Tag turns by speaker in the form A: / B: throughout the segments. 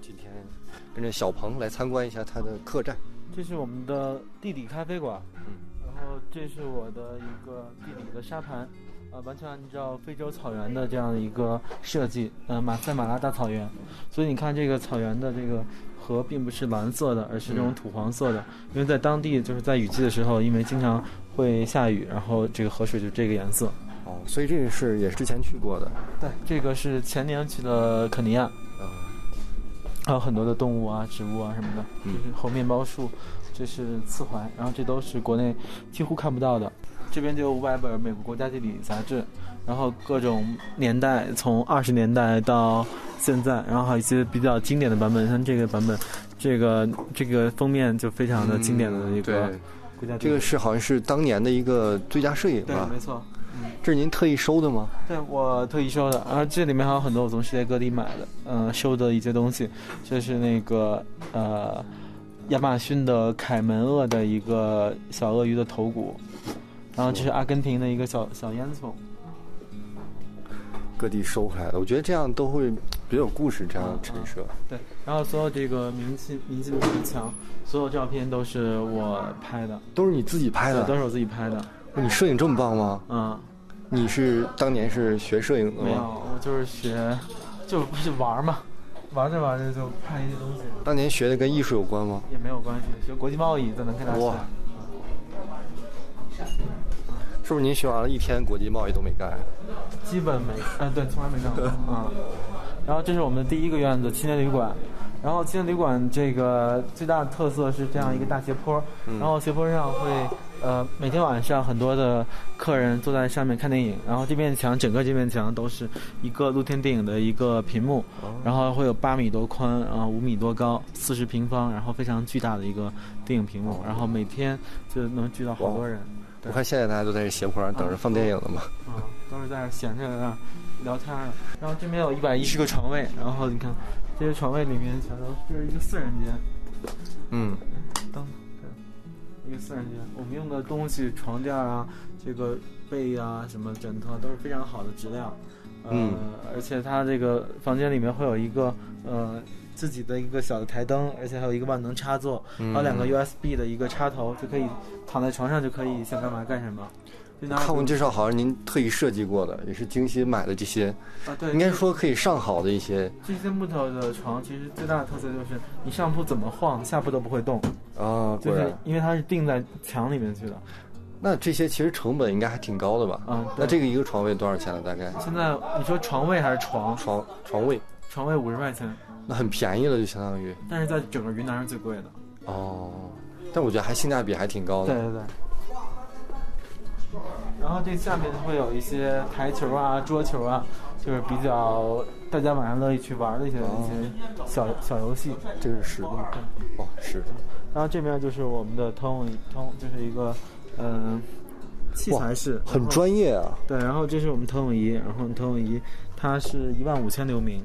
A: 今天跟着小鹏来参观一下他的客栈。
B: 这是我们的地底咖啡馆，
A: 嗯，
B: 然后这是我的一个地底的沙盘，呃，完全按照非洲草原的这样的一个设计，呃，马赛马拉大草原，所以你看这个草原的这个河并不是蓝色的，而是这种土黄色的，因为在当地就是在雨季的时候，因为经常会下雨，然后这个河水就这个颜色。
A: 哦，所以这个是也是之前去过的。
B: 对，这个是前年去的肯尼亚，
A: 嗯，
B: 还有很多的动物啊、植物啊什么的，这
A: 嗯
B: 是猴面包树，这是刺槐，然后这都是国内几乎看不到的。这边就有五百本美国国家地理杂志，然后各种年代，从二十年代到现在，然后还有一些比较经典的版本，像这个版本，这个这个封面就非常的经典的一
A: 嗯
B: 个
A: 对
B: 国家地
A: 这
B: 理。
A: 个是好像是当年的一个最佳摄影
B: 对，
A: 吧
B: 没？错，
A: 这是您特意收的吗？
B: 对我特意收的，然后这里面还有很多我从世界各地买的，嗯、收的一些东西，这是那个呃，亚马逊的凯门鳄的一个小鳄鱼的头骨，然后这是阿根廷的一个小小烟囱，
A: 各地收回来的，我觉得这样都会比较有故事，这样陈设。
B: 对，然后所有这个明信明信片墙，所有照片都是我拍的，
A: 都是你自己拍
B: 对，都
A: 的？
B: 是我自己拍的，
A: 你摄影这么棒吗？
B: 嗯，
A: 你是当年是学摄影的
B: 没有，
A: 吗？
B: 我就是学，就就玩儿嘛，玩着玩着就拍一些东西，
A: 当年学的跟艺术有关吗？
B: 也没有关系，学国际贸易在南开大学
A: 哇。是不是您学完了一天国际贸易都没干？
B: 基本没，嗯，对，从来没干过，嗯。然后这是我们的第一个院子，青年旅馆。然后青年旅馆这个最大的特色是这样一个大斜坡，然后斜坡上会，呃，每天晚上很多的客人坐在上面看电影。然后这面墙，整个这面墙都是一个露天电影的一个屏幕，然后会有八米多宽，然后五米多高，四十平方，然后非常巨大的一个电影屏幕。然后每天就能聚到好多人。
A: 我看现在大家都在这斜坡上等着放电影呢嘛。
B: 嗯，都是在那儿闲着在那儿聊天儿。然后这边有一百一十个床位，然后你看这些床位里面全都这是一个四人间，
A: 嗯，
B: 灯，对，一个四人间。我们用的东西，床垫儿啊，这个被啊，什么枕头啊都是非常好的质量。呃、
A: 嗯，
B: 而且它这个房间里面会有一个呃自己的一个小的台灯，而且还有一个万能插座，
A: 嗯
B: 还有两个 USB 的一个插头，就可以躺在床上就可以想干嘛干什么。就拿
A: 看我介绍，好像您特意设计过的，也是精心买的这些，
B: 啊，对，
A: 应该说可以上好的一些
B: 这些木头的床其实最大的特色就是，你上铺怎么晃，下铺都不会动，
A: 啊。
B: 就
A: 果
B: 是
A: 然，
B: 因为它是钉在墙里面去的。
A: 那这些其实成本应该还挺高的吧？
B: 嗯，
A: 那
B: 对。
A: 这个一个床位多少钱呢？大概
B: 现在你说床位还是床？
A: 床床位，
B: 床位五十块钱，
A: 那很便宜了，就相当于
B: 但是在整个云南是最贵的。
A: 哦。但我觉得还性价比还挺高
B: 对
A: 的。
B: 对对。然后这下面会有一些台球啊、桌球啊，就是比较大家晚上乐意去玩的一些、一些小小游戏。
A: 这个是实的吗，哦，是
B: 然后这边就是我们的通通，就是一个嗯、器材室，
A: 很专业啊。
B: 对，然后这是我们投影仪，然后投影仪它是一万五千流明，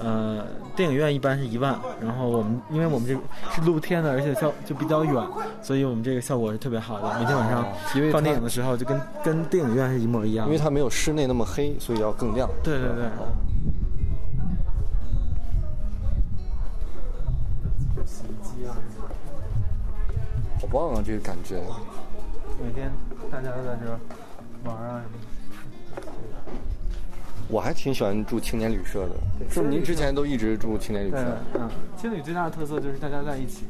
B: 呃，电影院一般是一万，然后我们因为我们这个是露天的，而且效就比较远，所以我们这个效果是特别好的。每天晚上
A: 哦因为它
B: 放电影的时候，就跟跟电影院是一模一样
A: 因为
B: 的。
A: 它没有室内那么黑，所以要更亮。
B: 对对对。洗衣机啊，
A: 好棒啊，这个感觉。
B: 每天大家都在这儿玩儿啊什么的。
A: 我还挺喜欢住青年旅社的，是不是？您之前都一直住青年旅
B: 对
A: 社，，
B: 嗯，青旅最大的特色就是大家在一起，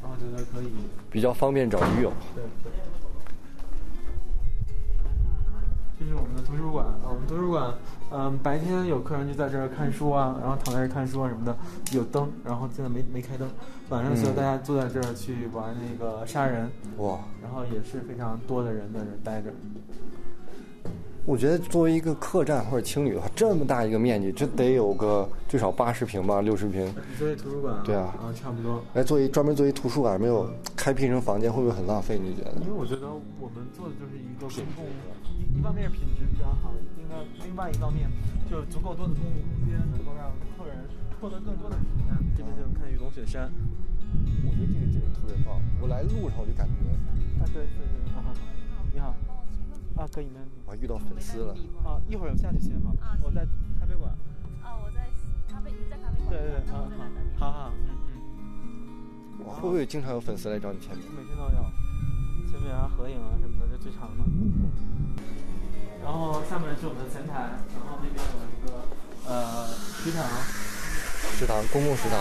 B: 然后觉得可以，
A: 比较方便找驴友。
B: 对。这是我们的图书馆，啊我们图书馆，嗯，白天有客人就在这儿看书啊，然后躺在这儿看书啊什么的，有灯，然后现在没没开灯，晚上所有大家坐在这儿去玩那个杀人，
A: 哇，
B: 然后也是非常多的人在这儿待着，
A: 我觉得作为一个客栈或者青旅的话，这么大一个面积，这得有个最少八十平吧，六十平。
B: 你说这图书馆啊，
A: 对啊
B: 啊，差不多，
A: 来作为专门作为图书馆，没有开辟成房间，会不会很浪费？你觉得
B: 因？为我觉得我们做的就是一个公共，一一方面是品质比较好，另外另外一方面就是足够多的公共空间，能够让客人获得更多的体验。这边就能看玉龙雪山。啊，
A: 我觉得这个景特别棒。我来路上我就感觉
B: 对对对，啊，你好，
C: 哦
B: 啊，可以没问题。
A: 啊遇到粉丝了。
B: 啊，一会儿我下去先哈
C: 啊，
B: 我在咖啡馆。
C: 啊，我在咖啡，你在咖啡馆。
B: 对对对，
C: 那
B: 啊
C: 我在那等你。
B: 好，好好，嗯
A: 吗？会不会经常有粉丝来找你签名？
B: 每天都有，签名啊、合影啊什么的，这最常的。然后下面是我们的前台，然后那边有一个呃食堂。
A: 食堂，公共食堂。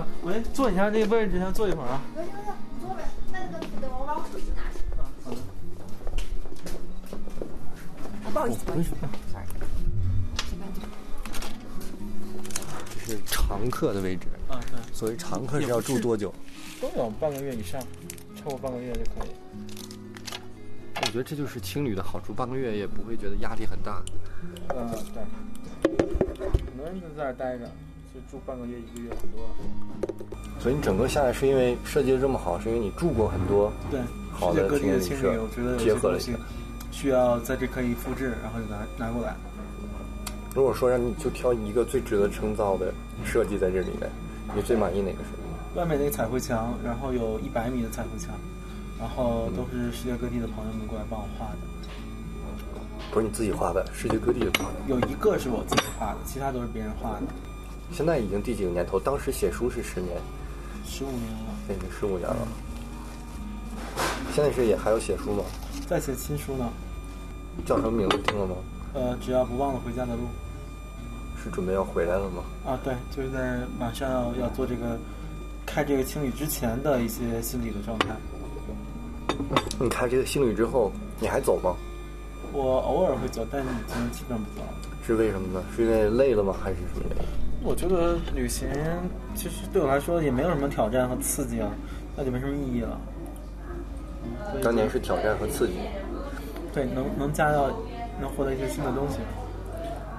B: 啊喂，坐一下那个位置上坐一会儿啊。
C: 行行行，你坐呗。那个等我把我手机拿去。
B: 嗯，好的。
C: 不好意思，不好意思，sorry。
A: 这是常客的位置。
B: 啊，对。
A: 所谓常客是要住多久？
B: 都有半个月以上，超过半个月就可以。
A: 我觉得这就是青旅的好处，半个月也不会觉得压力很大。
B: 嗯，对。很多人就在这儿待着，就住半个月、一个月，很多。
A: 所以你整个下来是因为设计的这么好，是因为你住过很多。
B: 对，
A: 好
B: 世界
A: 的
B: 各地的
A: 青
B: 青
A: 旅
B: 旅，
A: 社
B: 我觉得有
A: 结
B: 些
A: 合了
B: 东
A: 一
B: 西
A: 下
B: 需要在这可以复制，然后就拿拿过来。
A: 如果说让你就挑一个最值得称道的设计在这里面，你最满意哪个设计？
B: 外面那个彩绘墙，然后有一百米的彩绘墙，然后都是世界各地的朋友们过来帮我画的。
A: 不是你自己画的，世界各地的画的。
B: 有一个是我自己画的，其他都是别人画的。
A: 现在已经第几个年头？当时写书是十年，
B: 十五年了，
A: 那已经十五年了。现在是也还要写书吗？
B: 在写新书呢。
A: 叫什么名字定了吗？
B: 呃，只要不忘了回家的路
A: 是准备要回来了吗？
B: 啊，对，就是在马上要要做这个开这个青旅之前的一些心理的状态。
A: 你开这个青旅之后，你还走吗？
B: 我偶尔会走，但已经基本不走了。
A: 是为什么呢？是因为累了吗？还是什么原因？
B: 我觉得旅行其实对我来说也没有什么挑战和刺激了，那就没什么意义了。所以
A: 当年是挑战和刺激。
B: 对能能加到能获得一些新的东西。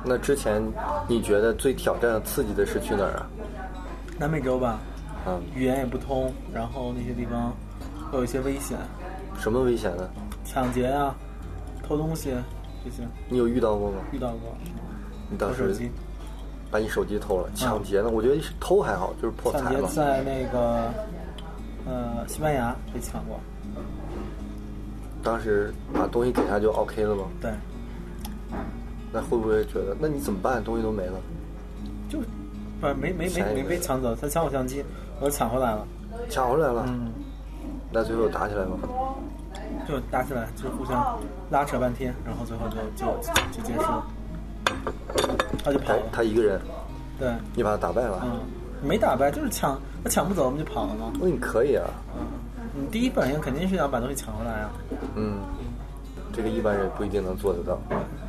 A: 那之前你觉得最挑战和刺激的是去哪儿啊？
B: 南美洲吧，
A: 嗯，
B: 语言也不通，然后那些地方会有一些危险，
A: 什么危险呢？
B: 抢劫啊、偷东西啊这些
A: 你有遇到过吗？
B: 遇到过，
A: 你
B: 偷
A: 当
B: 手
A: 时
B: 机。
A: 把你手机偷了，抢劫呢？我觉得是偷还好，就是破
B: 嗯抢
A: 财
B: 劫
A: 嘛。
B: 在那个呃西班牙被抢过，
A: 当时把东西给他就 OK 了吗？
B: 对，
A: 那会不会觉得那你怎么办？东西都没了，
B: 就不是没没没没被抢走，他抢我相机，我抢回来了，
A: 抢回来了，
B: 嗯，
A: 那最后打起来吗？
B: 就打起来，就互相拉扯半天，然后最后就就就结束了，他就跑
A: 他
B: 了，
A: 他一个人，
B: 对，
A: 你把他打败了，
B: 嗯，没打败，就是抢，他抢不走，我们就跑了嘛，
A: 那你可以啊，
B: 嗯，你第一反应肯定是要把东西抢回来啊，
A: 嗯，这个一般人不一定能做得到。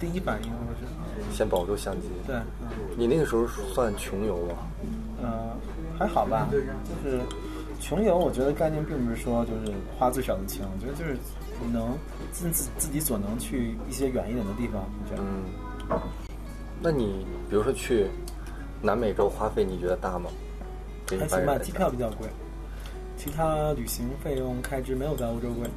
B: 第一反应就是，
A: 先保住相机。
B: 对，嗯。
A: 你那个时候算穷游吗？
B: 呃，还好吧，就是穷游，我觉得概念并不是说就是花最少的钱，我觉得就是能尽自自己所能去一些远一点的地方。我觉得
A: 嗯，那你比如说去南美洲花费，你觉得大吗？给一
B: 还
A: 般
B: 行
A: 人
B: 吧，
A: 来
B: 机
A: 讲
B: 票比较贵，其他旅行费用开支没有在欧洲贵。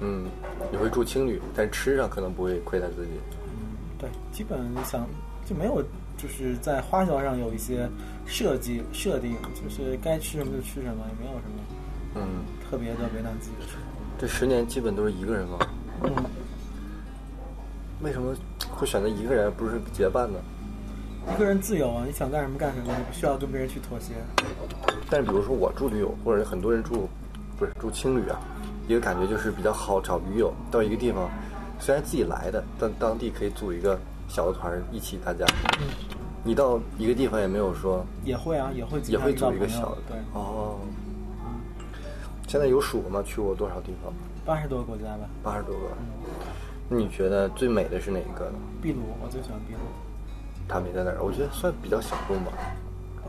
A: 嗯，你会住青旅，但吃上可能不会亏待自己。
B: 嗯对，基本想就没有就是在花销上有一些设计设定，就是该吃什么就吃什么，也没有什么
A: 嗯，
B: 特别的为难自己的事。
A: 这十年基本都是一个人吗？
B: 嗯，
A: 为什么会选择一个人，不是结伴呢？
B: 一个人自由啊，你想干什么干什么，你不需要跟别人去妥协。
A: 但是比如说我住驴友，或者很多人住不是住青旅啊，一个感觉就是比较好找驴友，到一个地方，虽然自己来的，但当地可以组一个小的团儿一起大家。
B: 嗯。
A: 你到一个地方也没有说，
B: 也会啊，也会
A: 也
B: 经常
A: 会
B: 遇到
A: 组一
B: 朋
A: 个
B: 友，
A: 小的。
B: 对，
A: 哦。现在有数吗？去过多少地方？
B: 八十多个国家吧。
A: 八十多个。那你觉得最美的是哪一个呢？
B: 秘鲁，我最喜欢秘鲁。
A: 它没在那儿，我觉得算比较小众吧。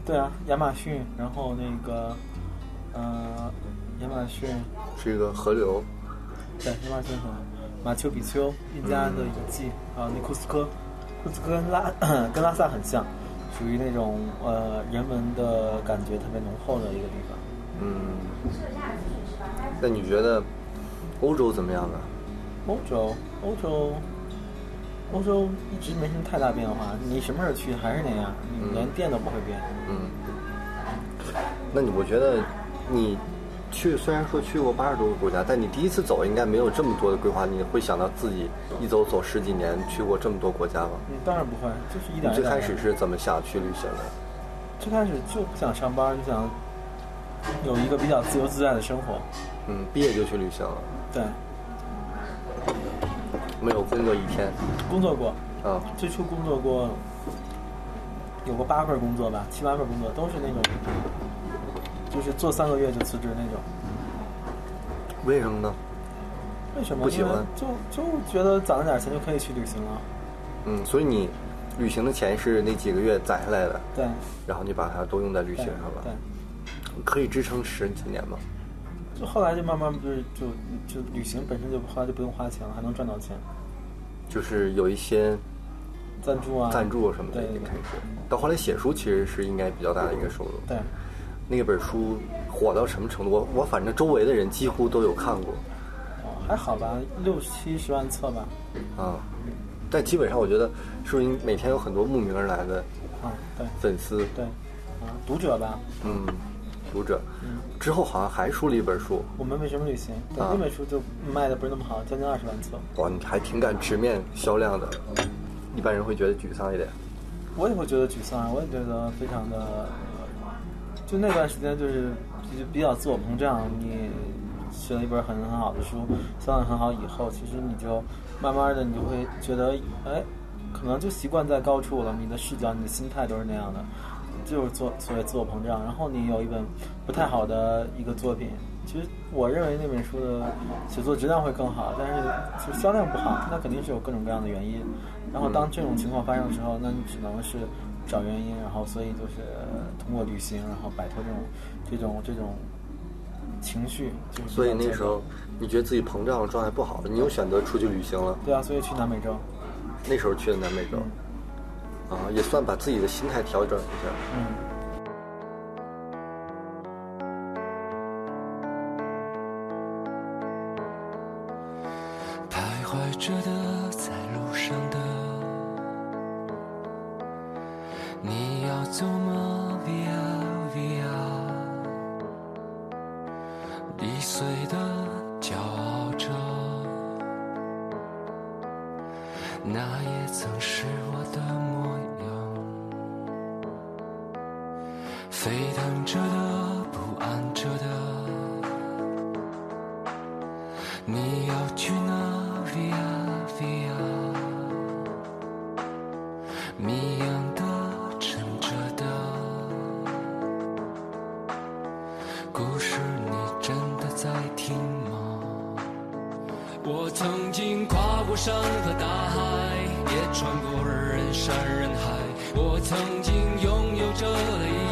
B: 对啊，亚马逊，然后那个，呃，亚马逊，
A: 是一个河流，
B: 对，亚马逊什么？马丘比丘、印第安的遗迹，还啊有那库斯科，库斯科跟拉 跟拉萨很像，属于那种呃人文的感觉特别浓厚的一个地方。
A: 嗯。那你觉得欧洲怎么样啊呢？
B: 欧洲，欧洲，欧洲一直没什么太大变化，你什么时候去还是那样，你连变都不会变。
A: 嗯，那你我觉得你去虽然说去过八十多个国家，但你第一次走应该没有这么多的规划，你会想到自己一走走十几年，去过这么多国家吧？
B: 嗯，当然不会，就是一
A: 你
B: 点一点。
A: 最开始是怎么想去旅行的？
B: 最开始就不想上班，就想有一个比较自由自在的生活。
A: 嗯，毕业就去旅行了，
B: 对，
A: 没有工作一天
B: 工作过，
A: 啊。
B: 最初工作过，有过八份工作吧，七八份工作都是那种，就是做三个月就辞职那种。
A: 为什么呢？
B: 为什么？
A: 不喜欢
B: 因为就就觉得攒了点钱就可以去旅行了。
A: 嗯，所以你旅行的钱是那几个月攒下来的，
B: 对，
A: 然后你把它都用在旅行
B: 对
A: 上了，
B: 对，
A: 可以支撑十几年吗？
B: 就后来就慢慢就是就就旅行本身就后来就不用花钱了，还能赚到钱，
A: 就是有一些
B: 赞助啊，
A: 赞助什么的
B: 对
A: 已
B: 对
A: 经开始，到后来写书其实是应该比较大的一个收入。
B: 对，
A: 那本书火到什么程度？我我反正周围的人几乎都有看过，
B: 哦还好吧，六七十万册吧，
A: 啊，但基本上我觉得是不是每天有很多慕名而来的
B: 啊，对
A: 粉丝，
B: 对，啊，读者吧，
A: 嗯，读者
B: 嗯，
A: 之后好像还出了一本书，
B: 我们为什么旅行？对，
A: 啊
B: 那本书就卖的不是那么好，将近二十万册。
A: 哇，你还挺敢直面销量的，一般人会觉得沮丧一点。
B: 我也会觉得沮丧，啊我也觉得非常的，呃就那段时间就是就比较自我膨胀。你写了一本很很好的书，销量很好以后，其实你就慢慢的你就会觉得，哎，可能就习惯在高处了，你的视角、你的心态都是那样的，就是做所谓自我膨胀。然后你有一本不太好的一个作品。其实我认为那本书的写作质量会更好，但是就销量不好，那肯定是有各种各样的原因。然后当这种情况发生的时候，那你只能是找原因，然后所以就是通过旅行，然后摆脱这种这种这种情绪。就是比较
A: 所以那
B: 煎
A: 时
B: 熬
A: 候你觉得自己膨胀状态不好了，你又选择出去旅行了。
B: 对啊，所以去南美洲，
A: 那时候去的南美洲，啊，也算把自己的心态调整一下。
B: 嗯。
D: 徘徊着的，在路上的，你要走吗？Via Via，易碎的，骄傲着，那也曾是我的模样，沸腾着的，不安着的。你要去哪？Via 啊 Via，谜样的，沉着的，故事你真的在听吗？我曾经跨过山和大海，也穿过人山人海。我曾经拥有着的一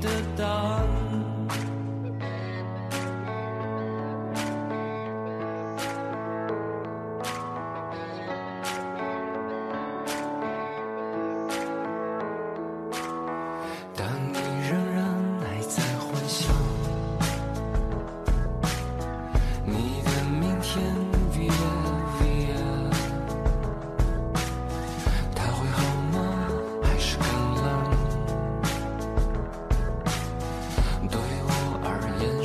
D: 的答案。但你仍然还在幻想，你的明天，Via Via，它会好吗？还是更冷？对我而言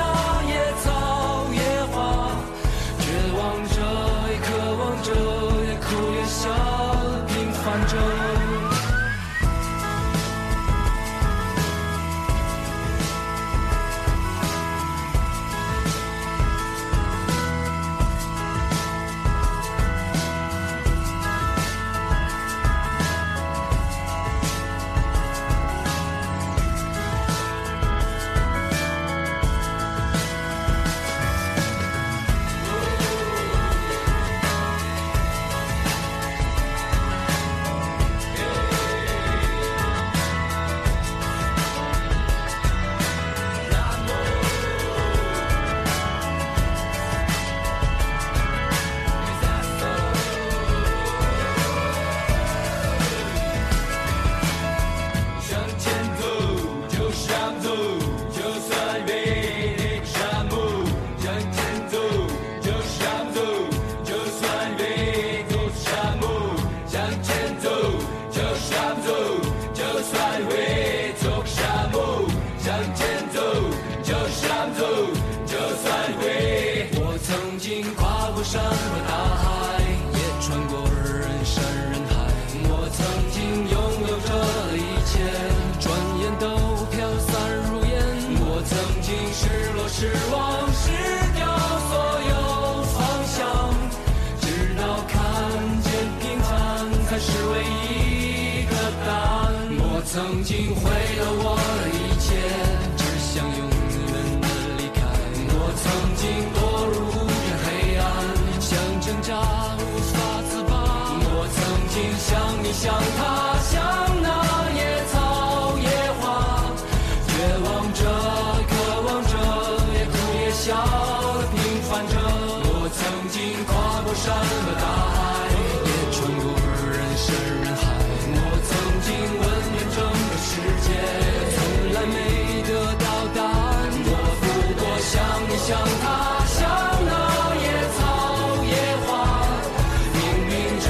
D: 那野草野花，绝望着，也渴望着，也哭也笑，平凡着。曾经毁了我的一切，只想永远的离开。我曾经堕入无边黑暗，想挣扎无法自拔。我曾经像你，像他，像那野草野花，绝望着，渴望着，也哭也笑的平凡着。我曾经跨过山和大海，也穿过人山人海。我曾经问遍整个世界，从来没得到答案。我不过像你，像他，像那野草野花，冥冥中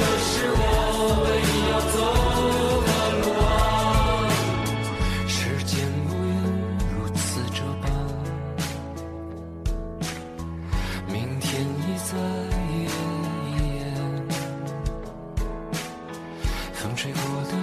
D: 这是我唯一要走的路啊。时间无言，如此这般。明天已在眼前，风吹过的